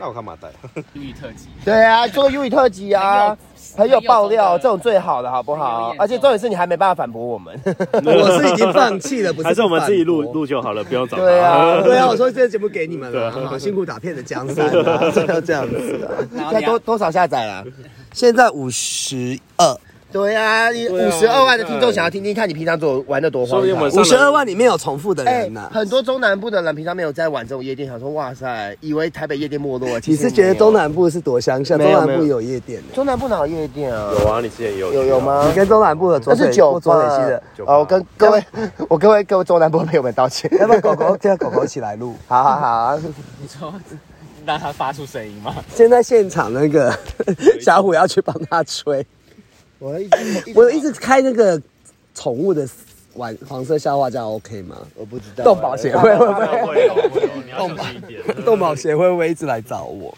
Speaker 7: 那我干嘛带？
Speaker 6: 玉特辑，
Speaker 3: 对啊，做 U 语特辑啊，很
Speaker 6: 很有
Speaker 3: 有爆料，
Speaker 6: 很有
Speaker 3: 这种最好的好不
Speaker 6: 很有
Speaker 3: 好
Speaker 6: 眼？光
Speaker 3: 而且重点是你还没办法反驳我 们。
Speaker 1: 我是已经放弃了，不是
Speaker 8: 还是我们自己录
Speaker 1: 不反驳
Speaker 8: 录就好了，不用找他。
Speaker 3: 对啊，
Speaker 1: 对啊，我说这个节目给你们了，
Speaker 8: 啊
Speaker 1: 好辛苦打片的江山 啊，真的这样子啊。
Speaker 3: 那多多少下载啊？
Speaker 1: 现在五十二，
Speaker 3: 对啊，你
Speaker 7: 对
Speaker 3: 五
Speaker 7: 啊
Speaker 3: 十二万的听众想要听听看你平常做玩的多
Speaker 7: 说
Speaker 3: 荒
Speaker 7: 不定我们
Speaker 3: 唐。
Speaker 1: 五十二万里面有重复的
Speaker 3: 哎
Speaker 1: 人呐，。
Speaker 3: 很多中南部的人平常没有在玩这种夜店，想说哇塞，以为台北夜店没落。其
Speaker 1: 你
Speaker 3: 实
Speaker 1: 是觉得
Speaker 3: 没有
Speaker 1: 东南部是多乡下？
Speaker 3: 没
Speaker 1: 东
Speaker 3: 有
Speaker 1: 南部有夜店的，
Speaker 3: 中南部哪有夜店啊？
Speaker 7: 有啊，你之前也有
Speaker 3: 有有？吗
Speaker 1: 你？跟东南部的
Speaker 3: 那
Speaker 1: 左
Speaker 3: 是
Speaker 1: 水
Speaker 3: 酒
Speaker 1: 或
Speaker 3: 吧
Speaker 1: 左水溪的，
Speaker 7: 酒吧
Speaker 3: 哦，我跟各位，我各位各位中南部朋友们道歉。
Speaker 1: 要不要狗狗叫狗狗起来 录？
Speaker 3: 好好好，
Speaker 6: 你说让他发出声音吗？
Speaker 1: 现在现场那个小虎要去帮他吹，
Speaker 3: 我一直
Speaker 1: 我一直开那个宠物的玩黄色笑话，这样 OK 吗？
Speaker 3: 我不知道
Speaker 1: 动保协会会不会？
Speaker 7: 会有会有，你要小心一 点。
Speaker 1: 动保协会会一直来找我，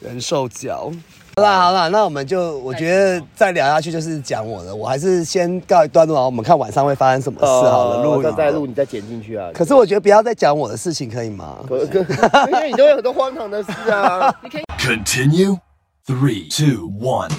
Speaker 1: 人兽交。好啦好啦，那我们就我觉得再聊下去就是讲我的，我还是先告一段落啊，我们看晚上会发生什么事
Speaker 3: 呃
Speaker 1: 好了，录
Speaker 3: 再
Speaker 1: 影
Speaker 3: 再
Speaker 1: 的
Speaker 3: 录，你再剪进去啊。
Speaker 1: 可是我觉得不要再讲我的事情，可以吗？
Speaker 3: 可可，因为你都有很多荒唐的事啊。
Speaker 9: Continue. Three, two, one.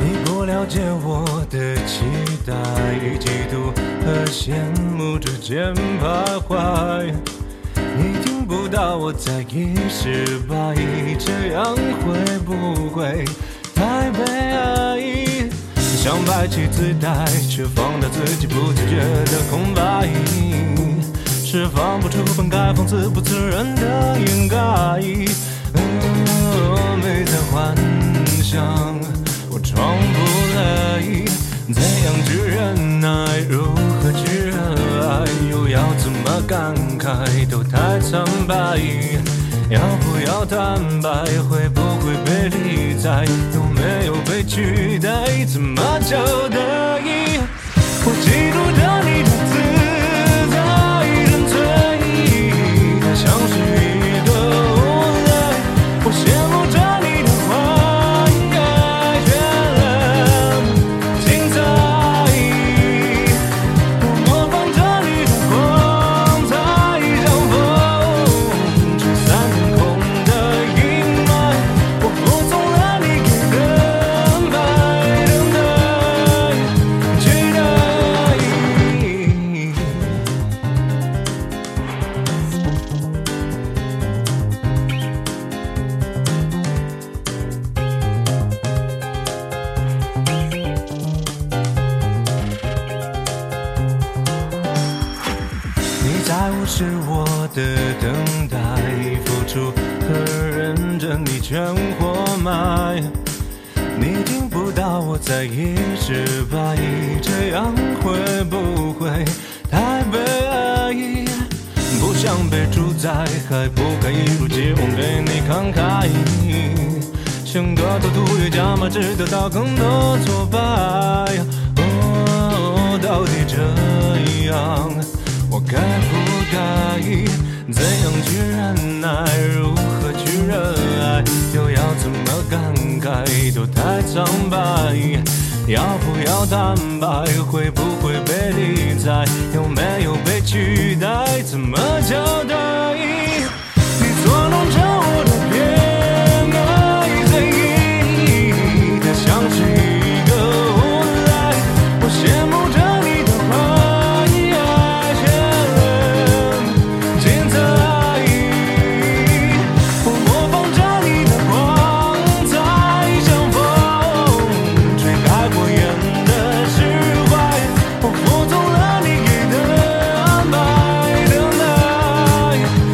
Speaker 10: 你不了解我的期待与嫉妒和羡慕之间徘徊，你听不到我在一失败，这样会不会太悲哀？想摆起姿态，却放大自己不自觉的空白，释放不出本该放肆不自然的掩盖。哦，没在幻想，我装不来，怎样去忍耐，如何去热爱，又要怎么感慨，都太苍白。要不要坦白？会不会被理睬？有没有被取代？怎么叫得意？我嫉妒着你的自在，人醉意，它像是一个无赖。我羡慕着你的花开绚烂精彩，我模仿着你的光彩，像风吹散天空的阴霾。我服从了你给的安排，等待。期待。你在无视我的等待，付出和认真，你全活再一直怀疑，这样会不会太悲哀？不想被主宰，还不该一如既往对你慷慨。想得到突越加码，只得到更多挫败。哦，到底这样，我该不该？怎样去忍耐，如何去热爱，又要怎么感慨，都太苍白。要不要坦白，会不会被理睬，有没有被取代，怎么交代？你捉弄着我的偏爱，在意的像是一个无赖，我羡慕着你的坏人。精彩，我模仿着你的光彩，像风吹开火焰的释怀。我服从了你给的安排，等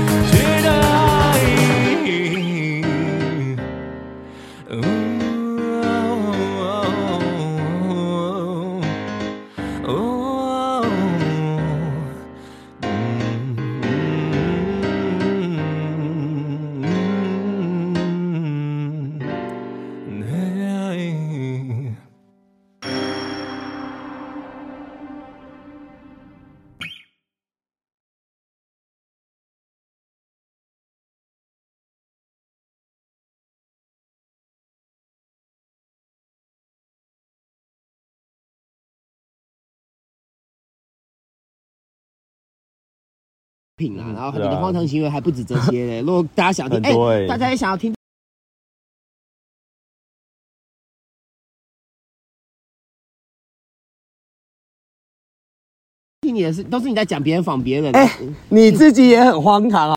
Speaker 10: 待，期待。Mm, mm,
Speaker 6: 品啦，然后
Speaker 7: 是
Speaker 6: 你
Speaker 7: 啊
Speaker 6: 的荒唐行为还不止这些 嘞。如果大家想听，哎
Speaker 7: 很多欸
Speaker 6: 大家也想要听。听你的是，都是你在讲别人仿别人。
Speaker 1: 哎你自己也很荒唐啊。